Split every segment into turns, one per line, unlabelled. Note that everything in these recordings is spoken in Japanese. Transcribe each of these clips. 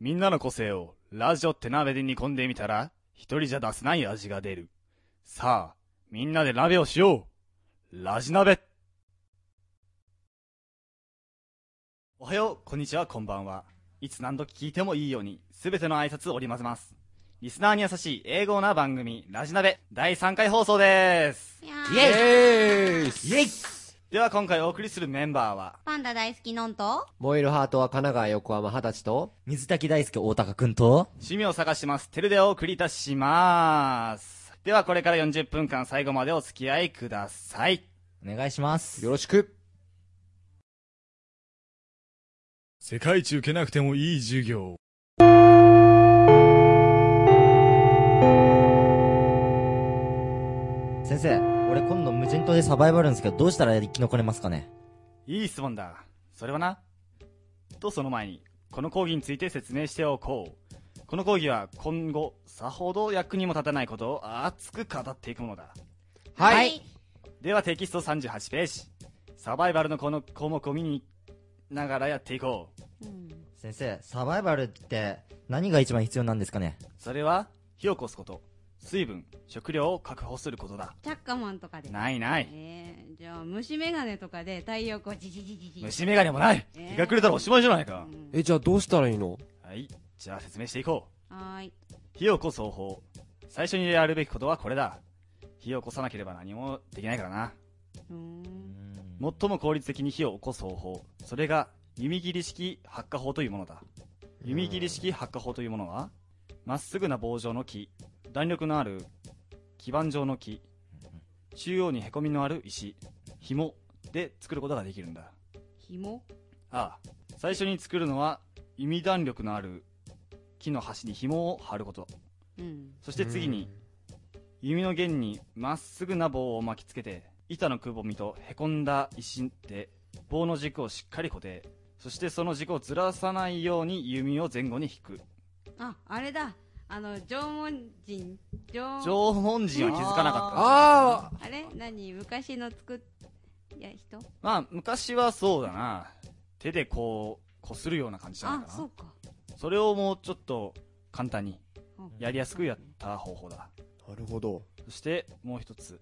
みんなの個性をラジオって鍋で煮込んでみたら、一人じゃ出せない味が出る。さあ、みんなで鍋をしようラジ鍋おはよう、こんにちは、こんばんは。いつ何時聞いてもいいように、すべての挨拶を織り交ぜます。リスナーに優しい英語な番組、ラジ鍋、第3回放送です。
い
イ
やー
エーイ
イエイでは今回お送りするメンバーは、
パンダ大好きのんと
燃えるハートは神奈川横浜二十歳と、
水滝大輔大高くんと、
趣味を探しますテルでお送りいたしますではこれから40分間最後までお付き合いください
お願いします。
よろしく
世界一受けなくてもいい授業
先生、俺今度無人島でサバイバルんですけど、どうしたら生き残れますかね
いい質問だそれはなとその前にこの講義について説明しておこうこの講義は今後さほど役にも立たないことを熱く語っていくものだ
はい
ではテキスト38ページサバイバルのこの項目を見にながらやっていこう
うん
先生、サバイバルって何が一番必要なんですかね
それは火を起こすこと水分食料を確保することだ
チャッカマンとかで
ないない
えー、じゃあ虫眼鏡とかで太陽光じじじじじ
虫眼鏡もない
えー
日が暮れたらおしまいじゃないか、
うん
え、じゃあどうしたらいいの
はいじゃあ説明していこ
はーいう
火を起こす方法最初にやるべきことはこれだ火を起こさなければ何もできないからな
うーん
最も効率的に火を起こす方法それが弓切り式発火法というものだ弓切り式発火法というものはまっすぐな棒状の木弾力のある基板状の木中央にへこみのある石紐で作ることができるんだ
紐
ああ最初に作るのは弓弾力のある木の端に紐を張ること
うん
そして次に、弓の弦にまっすぐな棒を巻きつけて板のくぼみとへこんだ石で棒の軸をしっかり固定そしてその軸をずらさないように弓を前後に引く
ああれだあの縄文人縄
縄文人は気づかなかった
あ
あれ何昔の作っいや人
まあ昔はそうだな手でこうこするような感じじゃない
あ
かな
そうか
それをもうちょっと簡単に
うん
やりやすくやった方法だ
あなるほど。
そしてもう一つ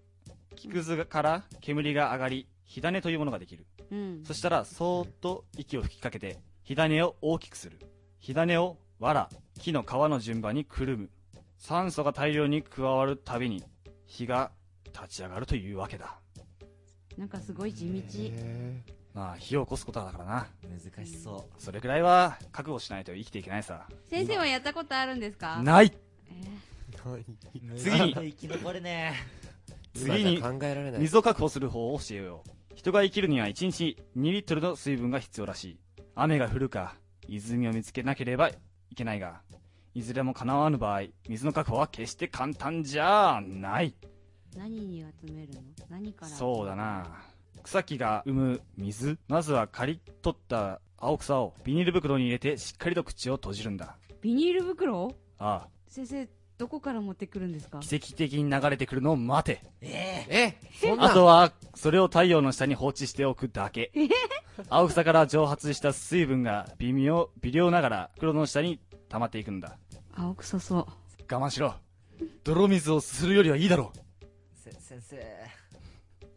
木くずから煙が上がり火種というものができる
うん
そしたらそーっと息を吹きかけて火種を大きくする火種を藁木の皮の順番にくるむ酸素が大量に加わるたびに火が立ち上がるというわけだ
なんかすごい地道
へ
まあ火を起こすことだからな
難しそ
それくらいは覚悟しないと生きていけないさ
先生はやったことあるんですか
ない
え
ー
う。
次に
無人島生き残れね
次に
今じゃ考えられない。
水を確保する方を教えよう人が生きるには1日2リットルの水分が必要らしい雨が降るか泉を見つけなければいけないがいずれもかなわぬ場合水の確保は決して簡単じゃない
ー何に集めるの何から
そうだな草木が生む水まずは刈り取った青草をビニール袋に入れてしっかりと口を閉じるんだ
ビニール袋
あ
先生どこから持ってくるんですか
あ奇跡的に流れてくるのを待て
え。え
え、そんな
あとは、それを太陽の下に放置しておくだけ。青草から蒸発した水分が微妙、微量ながら袋の下に溜まっていくんだ。
青臭そう
我慢しろ。泥水をするよりはいいだろ
え。先生。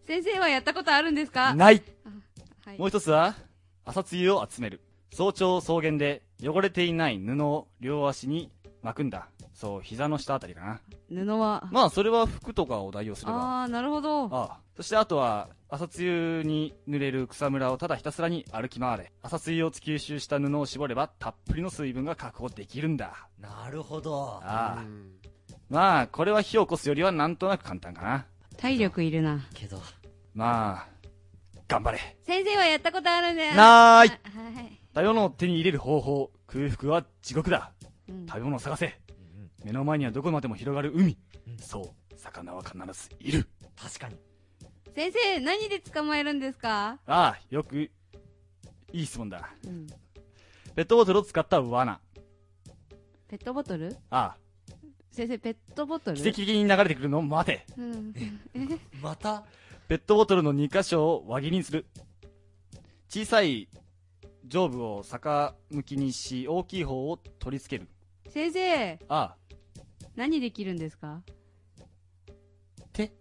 先生はやったことあるんですか
う。ない。
はい
もう一つは、朝露を集める。早朝草原で汚れていない布を両足に巻くんだ。そう、膝の下あたりかな。
布は、
まあ、それは服とかを代用すれば。
ああーなるほど
ああそしてあとは朝露に濡れる草むらをただひたすらに歩き回れ朝露を吸収した布を絞ればたっぷりの水分が確保できるんだ
なるほど。
ああ
うん
まあこれは火を起こすよりはなんとなく簡単かな
体力いるな
けど、
まあ頑張れ
先生はやったことあるんです
なーい
あはい、
食べ物を手に入れる方法空腹は地獄だ
うん
食べ物を探せ目の前にはどこまでも広がる海
うん
そう魚は必ずいる
確かに。
先生何で捕まえるんですか、
ああよくいい質問だ
うん、
ペットボトルを使った罠
ペットボトル
ああ
先生ペットボトル
奇跡的に流れてくるのを待て
うん、
また
ペットボトルの2箇所を輪切りにする。小さい上部を逆向きにし大きい方を取り付ける
先生、
あ
何できるんですか
あ手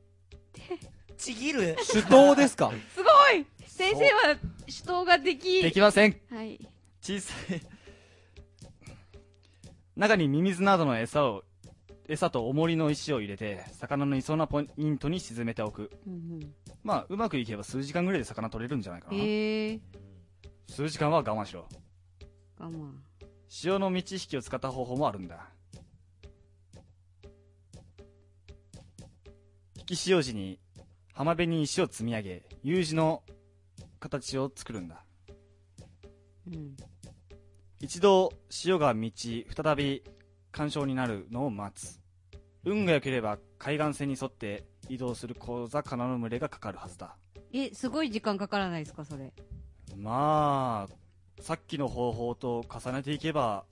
ちぎる
手刀ですか
すごい先生は手刀がで き。
できません
はい。
小さい中にミミズなどの餌を餌と重りの石を入れて魚のいそうなポイントに沈めておく
うん
まあうまくいけば数時間ぐらいで魚取れるんじゃないか
うん、
な、
えー、
数時間は我慢しろ
我慢。
潮の満ち引きを使った方法もあるんだ引き潮時に浜辺に石を積み上げ U 字の形を作るんだ
うん。
一度潮が満ち再び干渉になるのを待つ運が良ければ海岸線に沿って移動する小魚の群れがかかるはずだ
え、すごい時間かからないですか、それ。
まあさっきの方法と重ねていけば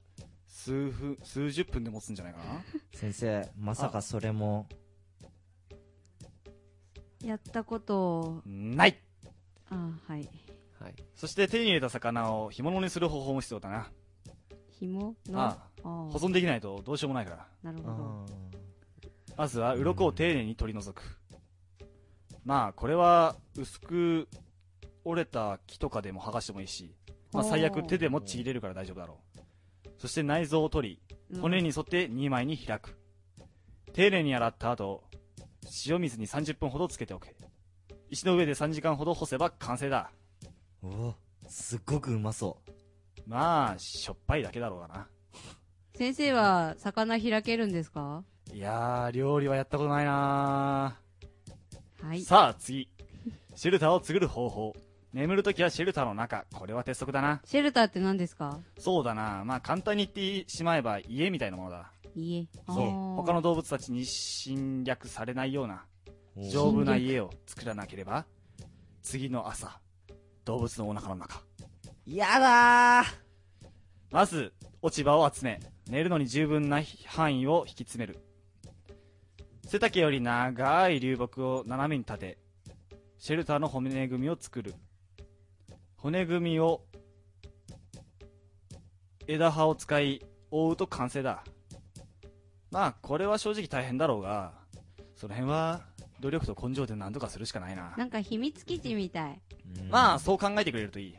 数分数十分で持つんじゃないかな
先生、まさかそれも。
やったことを、
ない
あはい。
はい
そして手に入れた魚を干物にする方法も必要だな。
紐の
あ
あ
あ
あ
保存できないとどうしようもないから。
なるほど。
あ
まずは鱗を丁寧に取り除く。まあ、これは薄く折れた木とかでも剥がしてもいいし、まあ
おー
最悪手でもちぎれるから大丈夫だろう。そして内臓を取り、骨
に。
に沿って2枚に開く。丁寧に洗った後、塩水に30分ほどつけておけ。石の上で3時間ほど干せば完成だ。
ーおすっごくうまそ
まあ、しょっぱいだけだろうがな。
先生は、魚開けるんですか
いやー、料理はやったことないな
は
ー、
い。
さあ、次。シェルターを作る方法。眠るときはシェルターの中。これは鉄則だな。
シェルターって何ですか
そうだな。まあ、簡単に言ってしまえば家みたいなものだ。
家。あ
そう。
ー
他の動物たちに侵略されないような、
う。
丈夫な家を作らなければ、次の朝、動物のお腹の中。
やだー
まず、落ち葉を集め、寝るのに十分な範囲を引き詰める。背丈より長い流木を斜めに立て、シェルターの骨組みを作る。骨組みを、枝葉を使い、覆うと完成だ。まあ、これは正直大変だろうが、その辺は、努力と根性で何とかするしかないな。
なんか秘密基地みたい。
まあ、、そう考えてくれるといい。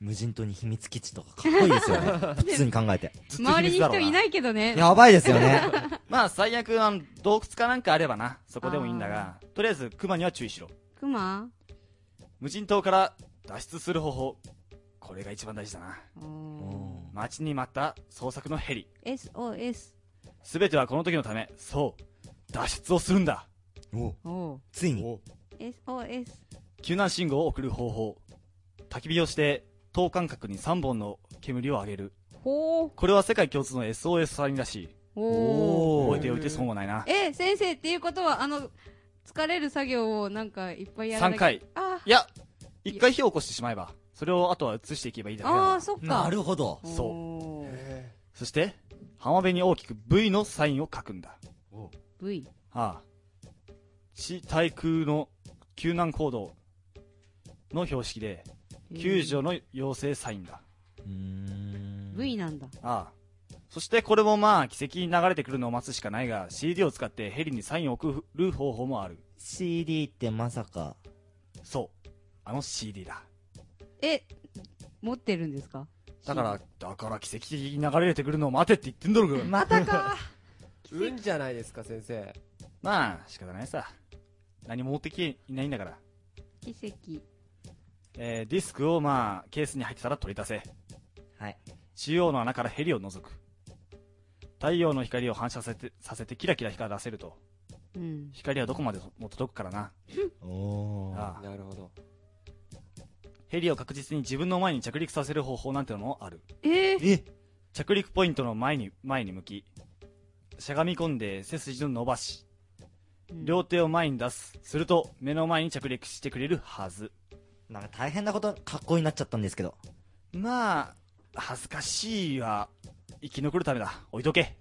無人島に秘密基地とかかっこいいですよね。普通に考えて。
ずっと秘
周り
密
に
だろう
人
ない
ないけどね。
やばいですよね。
まあ最悪あの洞窟かなんかあればなそこでもいいんだがとりあえずクマには注意しろ
クマ
無人島から脱出する方法これが一番大事だな
お
待ちに待った捜索のヘリ
SOS。
全てはこの時のためそう脱出をするんだ
お
お
ついに。
お
SOS。
救難信号を送る方法焚き火をして等間隔に3本の煙を上げる
ほう。
これは世界共通の SOS サインらしい
おお。
ー
覚えておいて損はないな
え、先生っていうことは、あの、疲れる作業をなんかいっぱいやらな
3回
あ
いや1回火を起こしてしまえばそれをあとは移していけばいいだ
ー
けだから
あー、そっか。
なるほど。
そう
おー
え
そして、浜辺に大きく V のサインを書くんだ。
V。
ああ。地対空の救難行動の標識で、救助の要請サインだ。
うーん
V なんだ。
ああ。そしてこれもまあ、奇跡に流れてくるのを待つしかないが、CD を使ってヘリにサインを送る方法もある。
CD ってまさか。
そう。あの CD だ。
え、持ってるんですか
だから、だから奇跡的に流れてくるのを待てって言ってんだろうが。
またか
ーうんじゃないですか先生
まあ、仕方ないさ。何も持ってきていないんだから。
奇跡。
えー、ディスクをまあ、ケースに入ってたら取り出せ。
はい。
中央の穴からヘリを覗く太陽の光を反射させてさせてキラキラ光らせると
うん。
光はどこまでも届くからな
おー。
ああ
なるほど
ヘリを確実に自分の前に着陸させる方法なんてのもある
えー、
え
着陸ポイントの前に前に向きしゃがみ込んで背筋を伸ばし両手を前に出すすると目の前に着陸してくれるはず
なんか大変なこと、格好になっちゃったんですけど。
まあ恥ずかしいは生き残るためだ置いとけ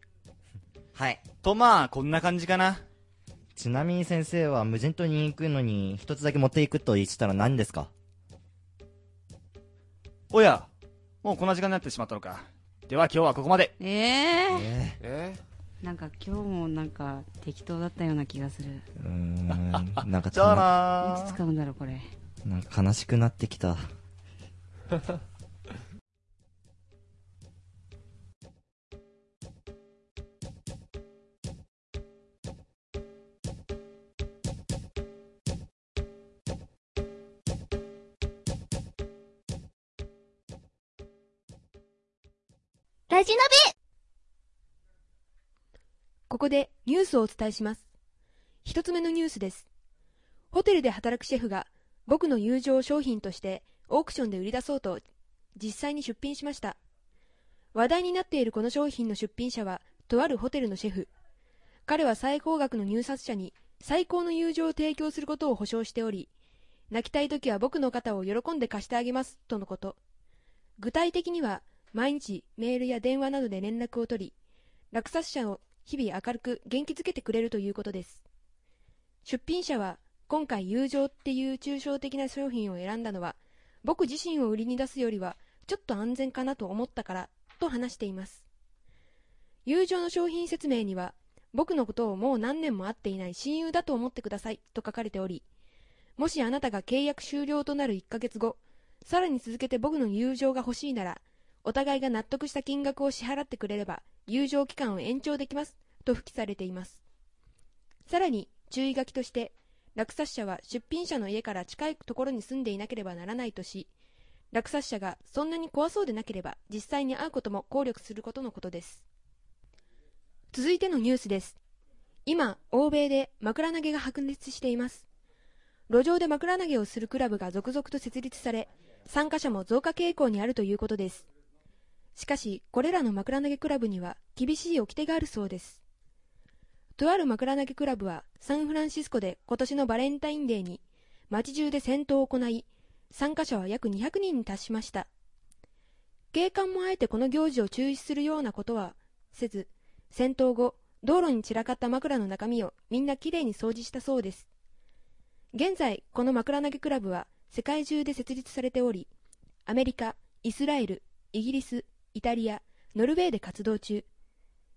はい。
とまあこんな感じかな
ちなみに先生は無人島に行くのに一つだけ持っていくと言ってたら何ですか
おやもうこんな時間になってしまったのか。では今日はここまで。
えー、
え
え
なんか今日もなんか適当だったような気がする。
ーうーん、なんか
じゃ
たな、
あ
い
な
つ
ー。
使うんだろう、これ。
なんか悲しくなってきた。
ラジナビここでニュースをお伝えします。一つ目のニュースです。ホテルで働くシェフが僕の友情を商品としてオークションで売り出そうと実際に出品しました。話題になっているこの商品の出品者はとあるホテルのシェフ。彼は最高額の入札者に最高の友情を提供することを保証しており、泣きたい時は僕の肩を喜んで貸してあげますとのこと。具体的には毎日メールや電話などで連絡を取り落札者を日々明るく元気づけてくれるということです出品者は今回友情っていう抽象的な商品を選んだのは僕自身を売りに出すよりはちょっと安全かなと思ったからと話しています友情の商品説明には僕のことをもう何年も会っていない親友だと思ってくださいと書かれておりもしあなたが契約終了となる1ヶ月後さらに続けて僕の友情が欲しいならお互いが納得した金額を支払ってくれれば友情期間を延長できますと付記されていますさらに注意書きとして落札者は出品者の家から近いところに住んでいなければならないとし落札者がそんなに怖そうでなければ実際に会うことも考慮することのことです続いてのニュースです今欧米で枕投げが白熱しています路上で枕投げをするクラブが続々と設立され参加者も増加傾向にあるということですしかしこれらの枕投げクラブには厳しい掟があるそうですとある枕投げクラブはサンフランシスコで今年のバレンタインデーに街中で戦闘を行い参加者は約200人に達しました警官もあえてこの行事を中止するようなことはせず戦闘後道路に散らかった枕の中身をみんなきれいに掃除したそうです現在この枕投げクラブは世界中で設立されておりアメリカイスラエルイギリスイタリアノルウェーで活動中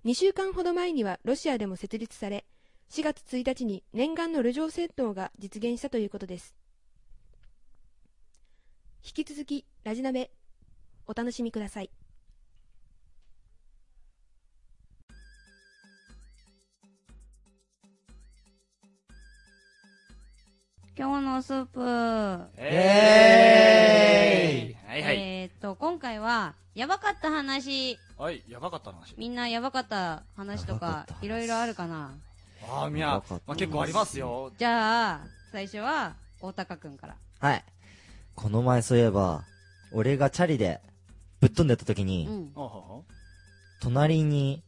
2週間ほど前にはロシアでも設立され4月1日に念願の路上戦闘が実現したということです引き続きラジナベお楽しみください
今日のスープ。
えーいはいはい。
えーっと、今回は、やばかった話。
はい、やばかったな話。
みんなやばかった話と
やばか
か
った、話
いろいろあるかな。
あーみ
や
や
ばかった、
まあ、結構ありますよ。
じゃあ、最初は、大高くんから。
はい。この前そういえば、俺がチャリでぶっ飛んでった時
う
に、
ん。
おうほ
隣に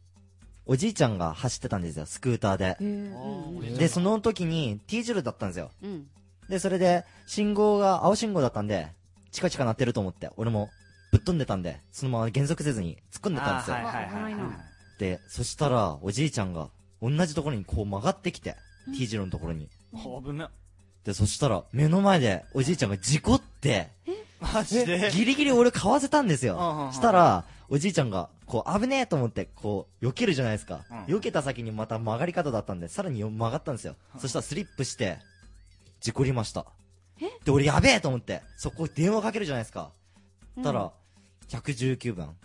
おじいちゃんが走ってたんですよ、スクーターで
へ。ー
あー
うん
俺じゃん
で、その時に T 字路だったんですよ。
うん。
で、それで、信号が青信号だったんで、チカチカ鳴ってると思って、俺もぶっ飛んでたんで、そのまま減速せずに突っ込ん
う
でったんですよ。
あーはいはいはい
あ危ない
はい
な
で、そしたら、おじいちゃんが、同じところにこう曲がってきて、T 字路のところに。
お危な。
で、そしたら、目の前で、おじいちゃんが事故って、
マジで。
ギリギリ俺かわせたんです
うんうんう
よ
ん。
したら、おじいちゃんが、こう、危ねえと思って、こう、避けるじゃないですか
うん。
避けた先にまた曲がり方だったんで、さらによ曲がったんですよ。そしたらスリップして、事故りました。で、俺やべえと思って、そこ電話かけるじゃないですか。たら、119番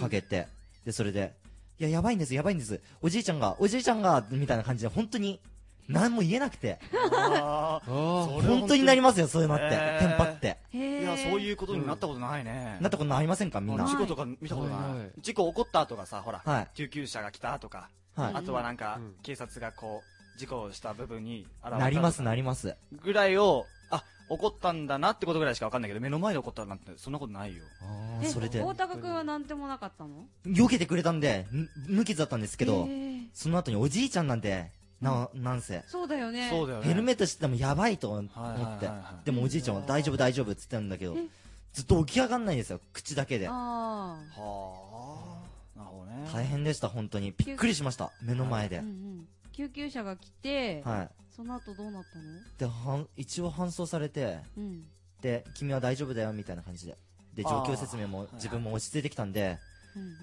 かけて、で、それで、いや、やばいんです、やばいんです。おじいちゃんが、おじいちゃんが、みたいな感じで、本当に、何も言えなくて、
あ
ー、あ
それは
本当になりますよ、そういうのって。
へー
テンパって。
ー
へ。
いや、そういううことになったことないね。
なったことありませんか、みんな。
事
は
故とか見たこと
はい
な
はい
い。事故起こった後がさ、ほら、
はい
救急車が来たとか、
い。
あとはなんか
うん、
警察がこう、事故をした部分に現れたとか
なります、なります。
ぐらいを、あ、起こったんだなってことぐらいしかわかんないけど、目の前で起こったなんて、そんなことないよ。
あ
え
ーそれで、
大高くんはなんてもなかったの
避けてくれたんで、ん無傷だったんですけ
へ、
ど
ー
その後におじいちゃんなんて、な、なんせ、
そうだよね。
そうだよね。
ヘルメットしててもやばいと思って、
はいはいはいはい
でもおじいちゃんは大丈夫大丈夫って言ってたんだけど、ずっと起き上がんないんですよ、口だけで。
ああ。
はあ。なるほどね。
大変でした、本当に。びっくりしました、目の前で
うんう。ん救急車が来て、
は
その後どうなったの
い。で、はん一応搬送されて、
うん
で、君は大丈夫だよ、みたいな感じで。で状況説明も自分も落ち着いてきたんで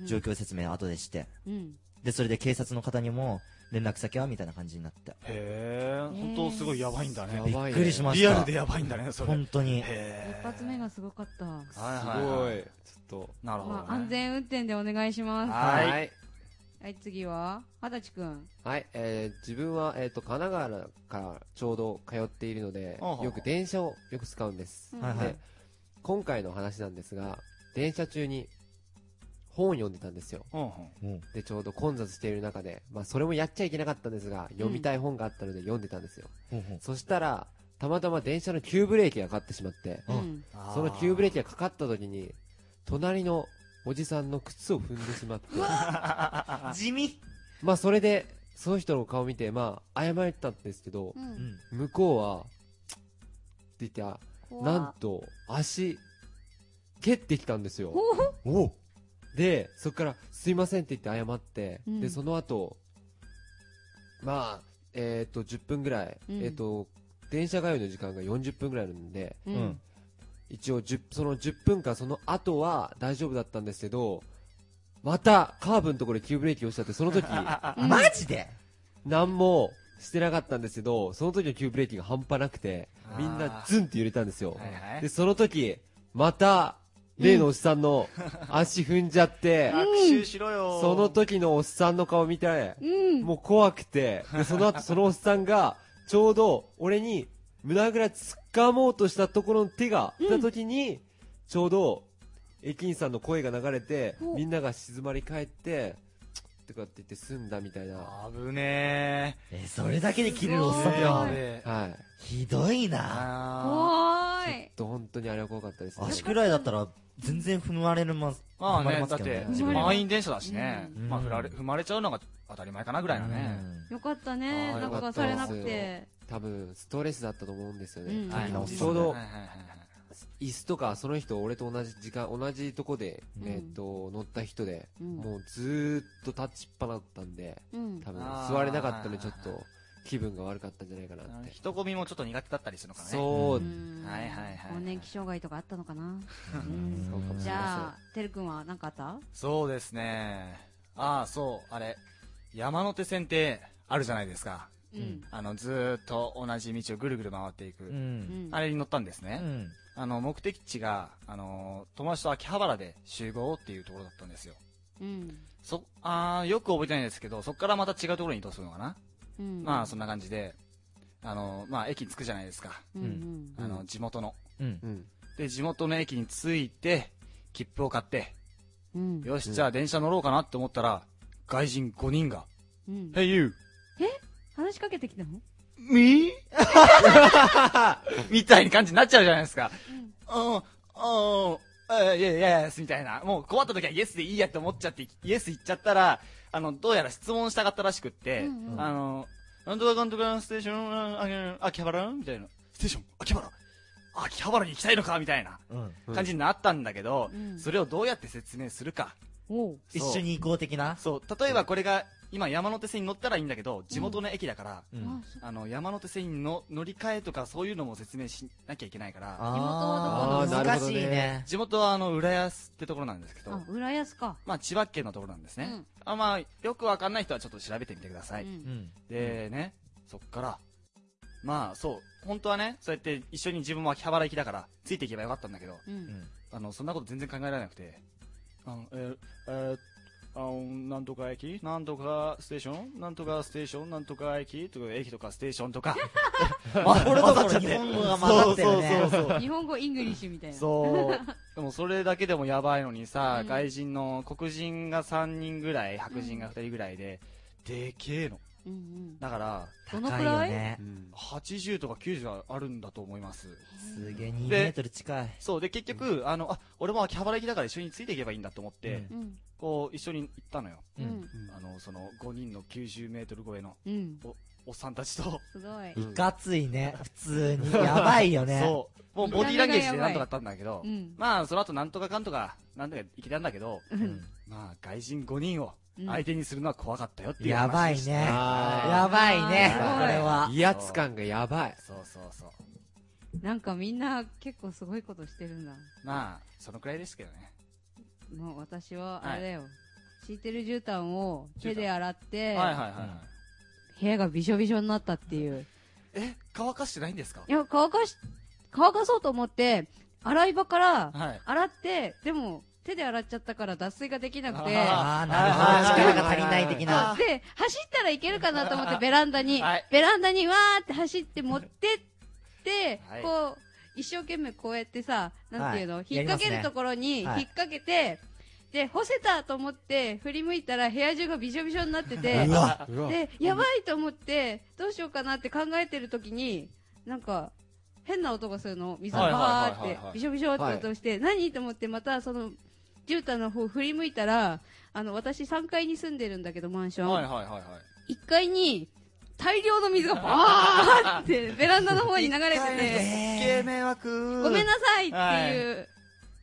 状況説明後でして
うん
でそれで警察の方にも連絡先はみたいな感じになって
へえ本当すごいやばいんだ
や
ね
ばい
びっくりしまし
リ
た
アルでやばいんだねそれ
本当に
へ
一発目がすごかった
え
ま
はい
す
は
ご
いはい
いちょっと
なるほどね
あ安全運転でお願いしま
はい
はい
すはい次は二十歳くん
はいえー自分はえっと神奈川からちょうど通っているので
あはは
よく電車をよく使うんです
うん
はいはい
で今回の話なんですが電車中に本を読んでたんですよ
うんうん
も
でちょうど混雑している中でまあそれもやっちゃいけなかったんですが読みたい本があったので読んでたんですよ
うほうほう
そしたらたまたま電車の急ブレーキがかかってしまって
あ
うん
その急ブレーキがかかった時に隣のおじさんの靴を踏んでしまって
地味
まあそれでその人の顔見てまあ謝ったんですけど
う
うんん
向こうは「って言ってあ
怖
なんと足蹴ってきたんですよ
ほう
おう
でそこから「すいません」って言って謝って、
うん
でその後まあえっ、と10分ぐらい、
うん
えっ、と電車通いの時間が40分ぐらいなんで
う
うんん
一応10その10分間その後は大丈夫だったんですけどまたカーブのところで急ブレーキをしちゃってその時
うん
マジで
何もしてなかったんですけどその時の急ブレーキが半端なくてみんなズンって揺れたんですよ
はいはい
でその時また例のおっさんの足踏んじ ゃって、
握手しろよ
その時のおっさんの顔見て
うん
もう怖くてでその後そのおっさんがちょうど俺に胸ぐらつかもうとしたところの手が来た時に、ちょうど駅員さんの声が流れて
お
みんなが静まり返ってとかって言って済んだみたいな
危ね
えそれだけで切れるおっ
え
さん
すごい
が
べ
はい
ひどいな
あ
怖い
と本当にあれは怖かったですね
足くらいだったら全然踏まれます
ーまあ
踏まれ
ね
ます
だっ
けど
て
ね
踏
自分
まれま
満
す
員電車だしね
うん
まあ振られ踏まれちゃうのが当たり前かなぐらいのね
よかったね
あー
な
よ
ん
か
か
った
されなくて
多分ストレスだったと思うんですよね、
うん
はい
うん
ちょうど
はいはいはいはい
椅子とかその人俺と同じ時間同じとこで、
うん
えっと乗った人で、
うん
もうずーっと立ちっぱだったんで
うん
多分
あー
座れなかったのでちょっと気分が悪かったんじゃないかな
あ
っ
の
て
人混みもちょっと苦手だったりするのかね
そう、
うん
はいはいはい
更年期障害とかあったのかな
うん
そうかもし
じ
れ
ゃ
ま
あてるくんは何かあった
そうですねああそうあれ山手線ってあるじゃないですか
うん
あのずーっと同じ道をぐるぐる回っていく、
うんう
ん
ん
あれに乗ったんですね、
うん
あの目的地が、あの友達と秋葉原で集合っていうところだったんですよ
うん
そあーよく覚えてないんですけどそこからまた違うところに移動するのかな、
うん
まあそんな感じで、あのまあ、駅に着くじゃないですか、
うんうん
あの地元の
うん
せんうん
で地元の駅に着いて切符を買って
うん
よし、
うん
じゃあ電車乗ろうかなって思ったら外人5人が
うん
「Hey you!
話しかけてきたの
Me? みたいな感じになっちゃうじゃないですか。うん、うん、え、いや、イエスみたいな。もう困った時はイエスでいいやって思っちゃって、イエス言っちゃったら、あの、どうやら質問したかったらしくって、
うんうん
あの、なんとかかんとかステーションうん、あ秋葉原みたいな。ステーション秋葉原秋葉原に行きたいのかみたいな
うん
うん
感じになったんだけど、
うん
それをどうやって説明するか。
おう
一緒に行こう的な
そう、例えばこれが、今山手線に乗ったらいいんだけど、地元の駅だから、
う
あ
ん
そ
あの山手線の乗り換えとかそういうのも説明しなきゃいけないから
あ
地元はどこなの
ー難しいね
地元はあの浦安ってところなんですけど
あ浦安か
まあ、千葉県のところなんですね、
うん
あまあ、よくわかんない人はちょっと調べてみてください、
う
うんん
でねそっからまあそう本当はねそうやって一緒に自分も秋葉原行きだからついていけばよかったんだけど
うん
あのそんなこと全然考えられなくてあのえーえーあのなんとか駅なんとかステーションなんとかステーションなんとか駅とか駅とかステーションとか
ところどころ日本語が混ざってるね
そうそうそうそう
日本語イングリッシュみたいな
そう。でもそれだけでもやばいのにさ、
うん
外人の黒人が3人ぐらい、白人が2人ぐらいで、でけえの。
うんうん
だから、
どの
高
く
いよ
らい
ね
うん
80とか90はあるんだと思います。
すげえ2メートル近い
そう。で、結局、あの、あ、俺も秋葉原行きだから一緒についていけばいいんだと思って、
うん
うん
こう、一緒に行ったのよ。
う
うん
ん
あの、その、5人の90メートル超えの
うん
おっさんたち と、
すごい
うん
いかついね普通にやばいよね
そう。もうボディーランゲージでなんとかだったんだけど
う、ん
まあ、その後なんとかかんとか、なんとか行けたんだけど、
うん
まあ、外人5人を
うん
相手にするのは怖かったよっていう
やば
話で
い
した、
ね
あ
やばいね
すごい
これは
威圧感がやばい
そうそうそう。
なんかみんな結構すごいことしてるんだ。
まあ、そのくらいですけどね。
もう私は、あれだよ。敷いてる絨毯を手で洗って、
はいはいはいはい。
部屋がびしょびしょになったっていう。
え、乾かしてないんですか
いや、乾かし、乾かそうと思って、洗い場から、
はい。
洗って、でも、手で洗っちゃったから脱水ができなくて、
ああ、なるほど。力が足りない的
あ
な。
で、走ったらいけるかなと思 って、ベランダに、
はい
ベランダにわーって走って持ってって、
はい
こう、一生懸命こうやってさ、なんていうの、
はい
引っ掛け
やります
る
ね
ところに引っ
はい
掛けて、で、干せたと思って、振り向いたら部屋中がびしょびしょになってて
う、わうわ
で、やばいと思って、どうしようかなって考えてるときに、なんか、変な音がするの。水が
はいはい
バーっ
はい
て
はいはい、
びしょびしょって音して、何と思って、またその、絨毯の方振り向いたら、あの、私3階に住んでるんだけど、マンション。
はいはいはいはい。
1階に、大量の水がバー って、ベランダの方に流れてて、
えー、迷惑
ごめんなさいっていう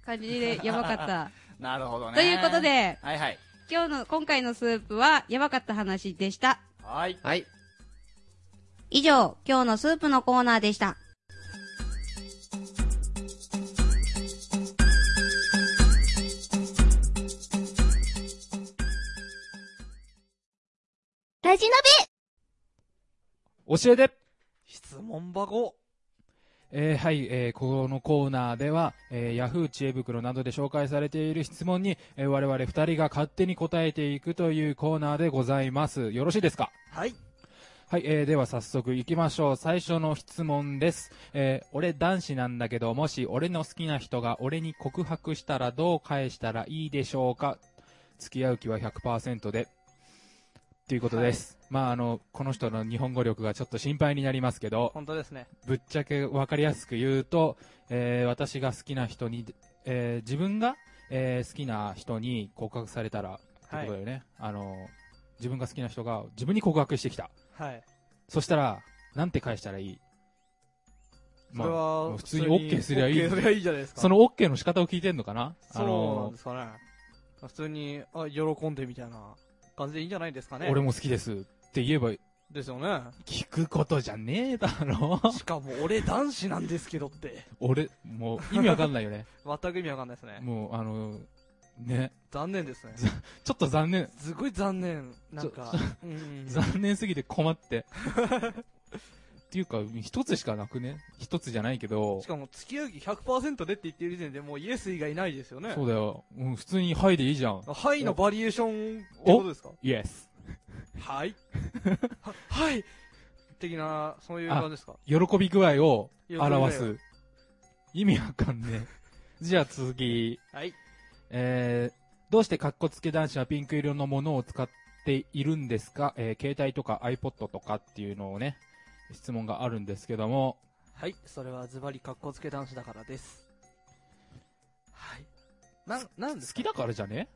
感じでやばかった。
なるほどね。
ということ。で、
はいはい。
今日の、今回のスープは、やばかった話でした。
はい。
はい
以上、今日のスープのコーナーでした。
ラジナ
教えて
質問箱。
えーはい、えーこのコーナーでは、えー、ヤフー知恵袋などで紹介されている質問に、えー我々二人が勝手に答えていくというコーナーでございます。よろしいですか
はい。
はい、えーでは早速行きましょう。最初の質問です。えー俺男子なんだけど、もし俺の好きな人が俺に告白したらどう返したらいいでしょうか付き合う気は100%で。ということです。まあ、あの、この人の日本語力がちょっと心配になりますけど、
本当ですね。
ぶっちゃけ分かりやすく言うと、えー私が好きな人に、えー自分が、えー好きな人に告白されたらってことだよね、あの自分が好きな人が自分に告白してきた
はい。
そしたらなんて返したらいい
それは、
普通に OK すりゃいい
OK すりゃいいじゃないですか。
その OK の仕方を聞いてんのかなあ
そうなん
の
ですかね。普通に、あ、喜んでみたいな感じでいいんじゃないですかね。
俺も好きですって言えば
ですよね。
聞くことじゃねえだ ろ
しかも俺男子なんですけどって。
俺もう意味わかんないよね
全く意味わかんないですね。
もうあのね
残念ですね。
ちょっと残念
すごい残念。なんか、うん。
残念すぎて困って。っていうか、一つしかなくね一つじゃないけど
し、かも付き合う気100%でって言ってる時点でもうイエス以外いないですよね。
そうだよ。うん、普通に、はいでいいじゃん。
はいのバリエーションってことですか
イエス。
はい。は、はい的な、そういう感じですか
喜び具合を表
喜び
す。意味わかんねえ。じゃあ次。
はい。
えー、どうしてカッコつけ男子はピンク色のものを使っているんですかえー、携帯とか iPod とかっていうのをね、質問があるんですけども、
はい。それはズバリ格好つけ男子だからです。はい。なん、なん
好
です
きだからじゃね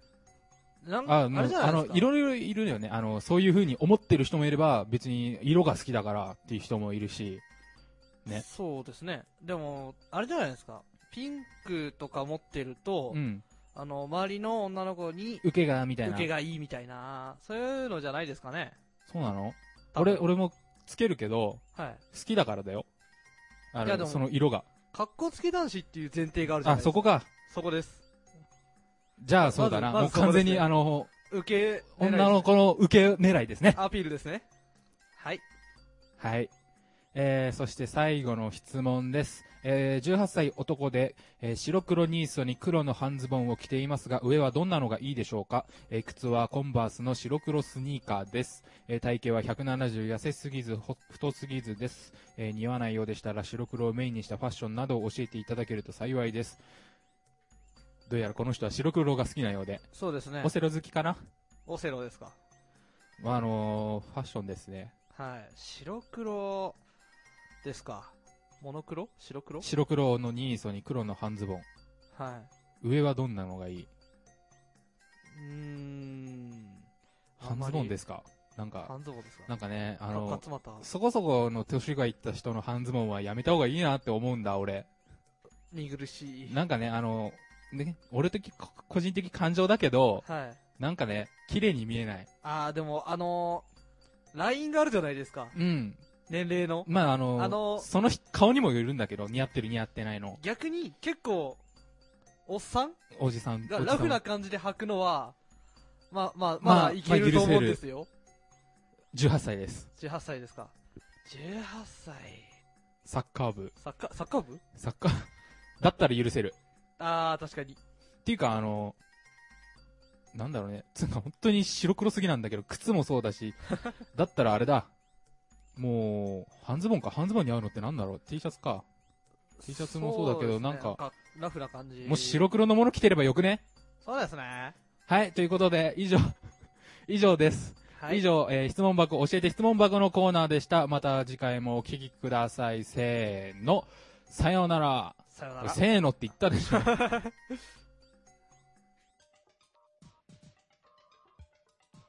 なんか、
あ
あ
の、
れじゃな
あ
いで
の、
すか。
いろいろいるよね。あの、そういう風に思ってる人もいれば、別に色が好きだからっていう人もいるし、ね
そうですね。でも、あれじゃないですか。ピンクとか持ってると、
うん。
あの、周りの女の子に
受けが、みたい
受
な。
けがいいみたいな、そういうのじゃないですかね。
そうなの
多分
俺、、俺もつけるけど、
はい。
好きだからだよ。あ
いやで
の、
も
その色が。
格好つけ男子っていう前提があるじゃな
あ、
いですか。
そこか。
そこです。
じゃあ、そうだな。も
まずま
う
ずそこ
完全
です
に、
ね
あの、
受け狙いです、
女の子の受け狙いですね。
アピールですね。はい。
はい。えー、そして最後の質問です。えー、18歳男で、えー白黒ニーストに黒の半ズボンを着ていますが、上はどんなのがいいでしょうか、えー靴はコンバースの白黒スニーカーです。えー体型は170、痩せすぎず、ほ太すぎずです。えー似合わないようでしたら白黒をメインにしたファッションなどを教えていただけると幸いです。どうやらこの人は白黒が好きなようで、
そうですね
オ。セロ好きかな、
オセロですか。
まあ、あのーファッションですね。
はい。白黒ですか。モノクロ白黒
白黒のニーストに黒の半ズボン。
は
上はどんなのがいい
い。うーん。。
半ズボンですすかなんか、
半ズボンですか。
なんかね、あ
か
の
っ、つまった
そこそこの年がいった人の半ズボンはやめた方がいいなって思うんだ、俺。
見苦しい。
なんかね、あの、ね、俺的、こ個人的感情だけど、
はい。
なんかね、綺麗に見えない。
あー、でも、あのー、ラインがあるじゃないですか。
うん。
年齢の
まあ、あの、
あの
その人顔にもよるんだけど、似合ってる似合ってないの。
逆に結構おっさん
おじさん、
が
おじさん
ラフな感じで履くのはまあまあ
まあ
まあいけると思うんですよ、
18歳です。
18歳ですか18歳
サッカー部。
サッカーサッカー部
サッカー、だったら許せる。
ああ確かに
っていうか、あの、なんだろうね。つうか、本当に白黒すぎなんだけど、靴もそうだ し、だったらあれだ。もう、半ズボンか、半ズボンに合うのってなんだろう ?T シャツか。T シャツもそうだけど
ですね
なんか
ラフな感じ
もう白黒のもの着てればよくね
そうですね
はい、ということで、以上、 以上です。
はい
以上、えー質問箱、教えて質問箱のコーナーでした。また次回もお聞きください。せーの、さようなら。
さよなら
せーのって言ったでしょ。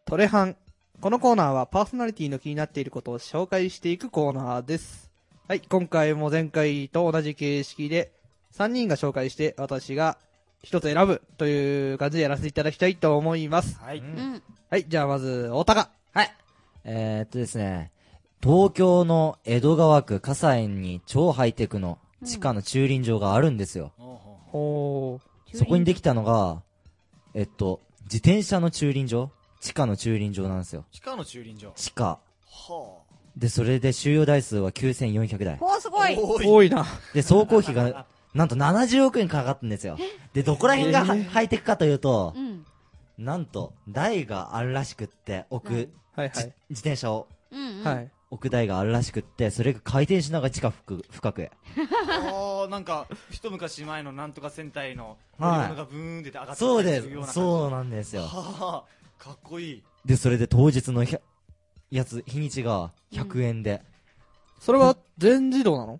トレハン。このコーナーはパーソナリティの気になっていることを紹介していくコーナーです。はい、今回も前回と同じ形式で、3人が紹介して私が1つ選ぶという感じでやらせていただきたいと思います。
は
う
い。
ん
うん。
はい、じゃあまず、大高。
はい。えー、っとですね、東京の江戸川区葛西に超ハイテクの地下の駐輪場があるんですよ。
おー。
そこにできたのが、えっと、自転車の駐輪場地下の駐輪場なんですよ。
地下の駐輪場。
地下。
はあ。
で、それで収容台数は9400台。
おー、すごい
多い。
多いな。
で、走行費が、なんと70億円かかったんですよ。で、どこら辺がはハイテクかというと
う、ん。
なんと、台があるらしくって、置
は
く
い、
はい
じ
はい。
自転車を
うん。。
はいい。
置く台があるらしくって、それが回転しながら地下深く深くへ。
あーなんか、一昔前のなんとか戦隊の、
はい
乗り物がブーンって上がって
そうで
るような感
す。
じ
そうなんですよ。
はあ、かっこいい。
で、それで当日のひゃやつ、日にちが100円で、
それは全自動なの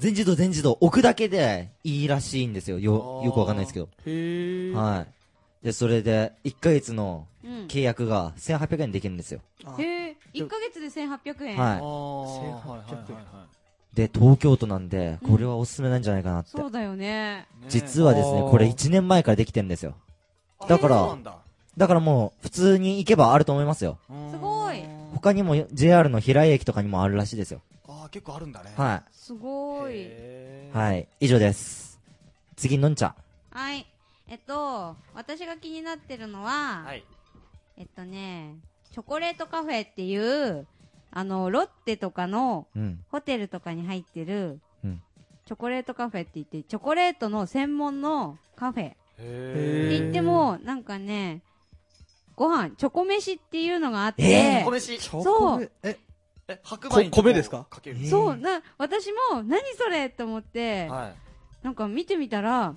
全自動全自動置くだけでいいらしいんですよ。よ、よくわかんないですけど。
へー。
はい。で、それで、1ヶ月の
うん。
契約が1800円できるんですよ。
あ
へえ、1ヶ月で1800円。
はい
あーはいはいはいは
で、東京都なんで、これはおすすめなんじゃないかなって。
そうだよね。
いねえ。
実はですね
あ、ー
これ1年前からできてんですよ。
あ
だから
そうなんだ
だからもう、普通に行けばあると思いますよ。
うーん
すごい
他にも JR の平井駅とかにもあるらしいですよ。
ああ、結構あるんだね。
は
すごい。
い。
へー
はい。以上です。次、のんちゃん。
はい。えっと、私が気になってるのは、
はい。
えっとね、チョコレートカフェっていう、あの、ロッテとかの
うん。
ホテルとかに入ってる、
うん
チョコレートカフェって言って、チョコレートの専門のカフェ。
へ
って言っても、なんかね、ご飯、チョコ飯っていうのがあって、
米飯。
チョ
そ
コ
う
レえ、
え、白米に
こ米ですか
かける
え。ー
そう、な、私も、何それと思って、
はい。
なんか見てみたら、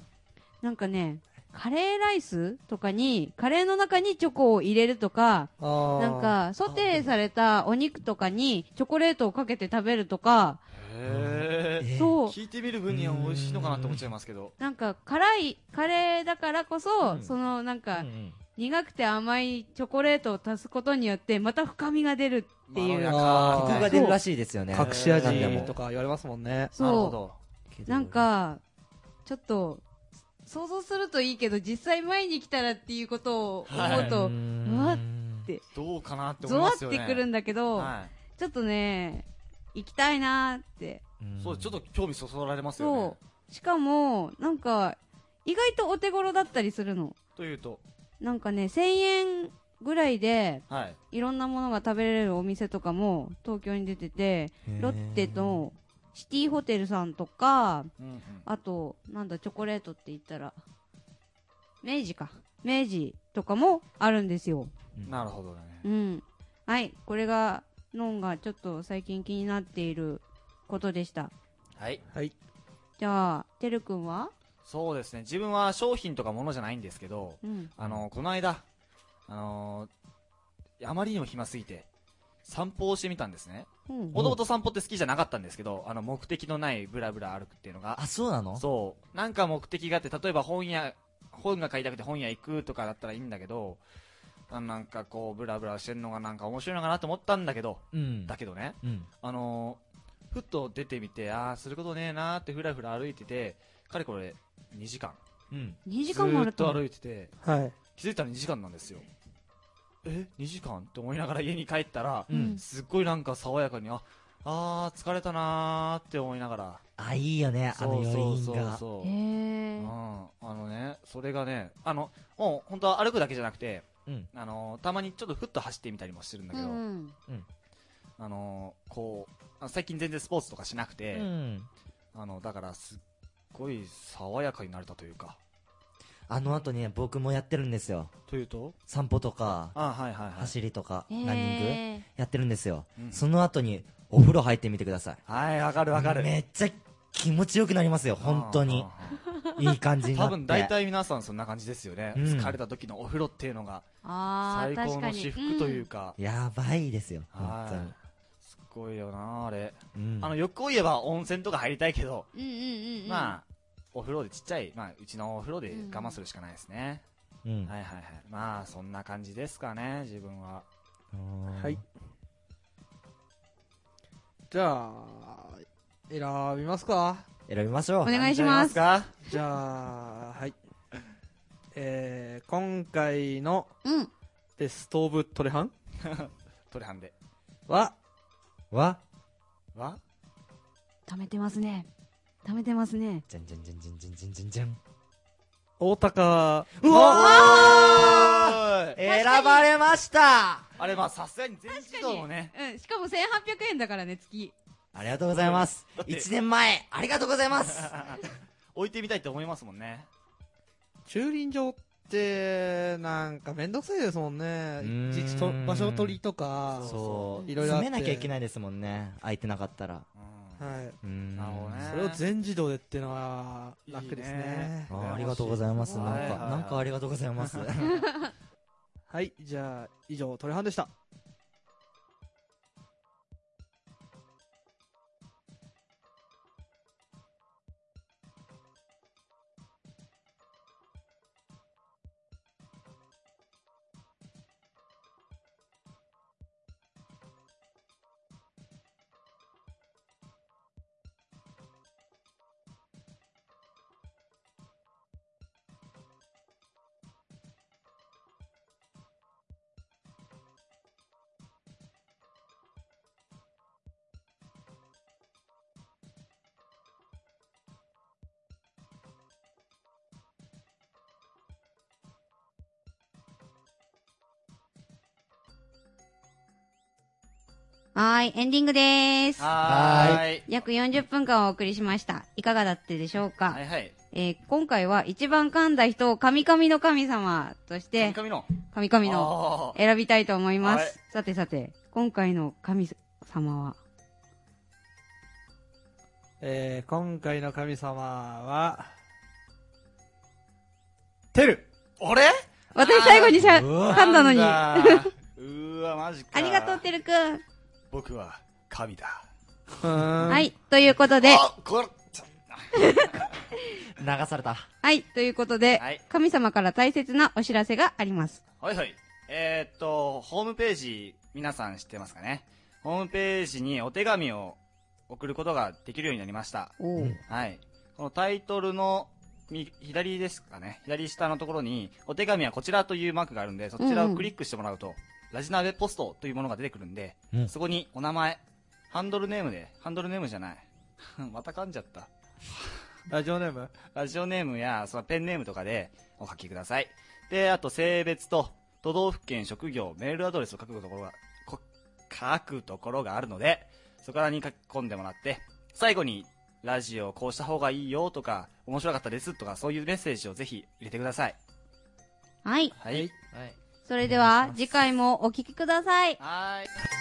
なんかね、カレーライスとかに、カレーの中にチョコを入れるとか、
あー
なん、か、ソテーされたお肉とかにチョコレートをかけて食べるとか、
へえ。
えー
そう、
聞いてみる分には美味しいのかなって思っちゃいますけど。
なんか辛いカレーだからこそ、
うん
そのなんか、
うんうん
苦くて甘いチョコレートを足すことによって、また深みが出るっていう。
まろや
あ
か
ー
ここが出るらしいですよね。
隠し味
なんでも
とか言われますもんね。
なるほ
そ
ど。
う。なん、か、ちょっと、想像するといいけど、実際前に来たらっていうことを思う
う
と、うわっ
どうかなって思
ゾ
い
ワ
ま
っ
すよね。
てくるんだけど、
は
ちょっとね、行きたいなーって。
い。そう、ちょっと興味そそられますよね
そ。う。しかも、なんか、意外とお手頃だったりするの。
というと、
なんかね、1000円ぐらいで、
はい。
いろんなものが食べれるお店とかも東京に出てて、ロッテのシティホテルさんとか、
うんうん
あと、なんだ、チョコレートって言ったら、明治か。明治とかもあるんですよ。
なるほどね
う。ん。はい、これが、のんがちょっと最近気になっていることでした。
はい。
はい。
じゃあ、てるくんは
そうですね。自分は商品とかものじゃないんですけど、
うん。
あの、この間、あのー、あまりにも暇すぎて、散歩をしてみたんですね。
うん。
もともと散歩って好きじゃなかったんですけど、あの、目的のないブラブラ歩くっていうのが
あ、、そうなの
そう。なんか目的があって、例えば本屋、本が買いたくて本屋行くとかだったらいいんだけど、あなんかこう、ブラブラしてんのがなんか面白いのかなと思ったんだけど、
うん。
だけどね、
うん。
あのーふっと出てみて、ああ、することねえなーってふらふら歩いてて、かれこれ2時間。
うん。
2時間もあ
ずー
る
っと
と。
歩いてて、
はい。
気づいたら2時間なんですよ。え ?2 時間って思いながら家に帰ったら、
うん
すっごいなんか爽やかに、あ、あー、疲れたなーって思いながら。
あ、いいよね、あの余韻
そうそう
が。
そう。
え
うん
ー、
あのね、それがね、あの、もう本当は歩くだけじゃなくて、
うん
あのたまにちょっとふっと走ってみたりもしてるんだ
う
けど、
ん
あのこう、あ最近全然スポーツとかしなくて、
うん。
あの、だからすっごい爽やかになれたというか。
あの後ね、僕もやってるんですよ。
というと
散歩とか、
あはいはいはい。
走りとか、
う
ラ
ん、
ンニング
え
やってるんですよ
う。ん
その後にお風呂入ってみてください。
はい、わかるわかる。
めっちゃ気持ちよくなりますよ、本当に
あ。
いい感じに
ー。
なっ
多
て。
分大体皆さんそんな感じですよね。
うん
疲れた時のお風呂っていうのが
ー、あ
最
ー確
高
か
の
に
至福というか。
やばいですよ、本当
は
に
い。すっごいよなあれ。。
うん
あの、欲を言えば温泉とか入りたいけど、
うんうんうんうんあ
まあ、お風呂でちっちゃい、まあ、うちのお風呂で我慢するしかないですね。
うん
はいはいはい。まあ、そんな感じですかね、自分は。
はい。じゃあ、選びますか。
選びましょ
お
う。
願いします
選んじゃいますか
じゃあ、はい。えー、今回の
うん
デストーブトレハン
トレハンで。
は、
わ
は
貯めてますね貯めてますね
じゃんじゃんじゃんじゃんじゃんじゃんじゃんじゃん。
大高、
うわ
あ
選ばれました
あれ、まあ、さすがに全自動もね。
うんしかも1800円だからね月
ありがとうござ います
だ。って
1年前、ありがとうござ います。
置いてみたいと思いますもんね。
駐輪場って、なんかめんどくさいですもんね
うー。ん
いちいちと場所取りとか、
そう。
いろいろあっ
詰め
て
なきゃいけないですもんね。空いてなかったら。
うん
はい。
うん
なるほどね
それを全自動でっていうのは楽です
いい
ね
ね
あーありがとうございます。
はい
なんか
は、い
なんかありがとうございます。
はいじゃあ以上トレハンでした
はーいエンディングでーす
はーい。
約40分間お送りしましたいかがだったでしょうか、
はいはい。
えー今回は一番噛んだ人を神々の神様として
神々の。
神々の
あー
選びたいと思いま
はい
すさてさて今回の神様は
えー、今回の神様はテル
俺
私最後にしゃ噛んだのにあ
なんだうーわ、マジか。
りがとうてるくん
僕は、神だ。
は
はいということで
あ、これ、
流された。
はいということで、
はい
神様から大切なお知らせがあります
はいはい。えー、っと、ホームページ、皆さん知ってますかねホームページにお手紙を送ることができるようになりました。
おう
はい。このタイトルのみ左ですかね。左下のところに、お手紙はこちらというマークがあるんで、そちらをクリックしてもらうと、ラジナベポストというものが出てくるんで、
うん
そこにお名前、ハンドルネームで、ハンドルネームじゃない。 また噛んじゃった。
ラジオネーム
ラジオネームや、そのペンネームとかでお書きください。で、あと性別と、都道府県、職業、メールアドレスを書くところが、こ書くところがあるので、そこらに書き込んでもらって、最後に、ラジオこうした方がいいよとか、面白かったですとか、そういうメッセージをぜひ入れてください。
はい
はい。
それでは次回もお聞きください
はーい。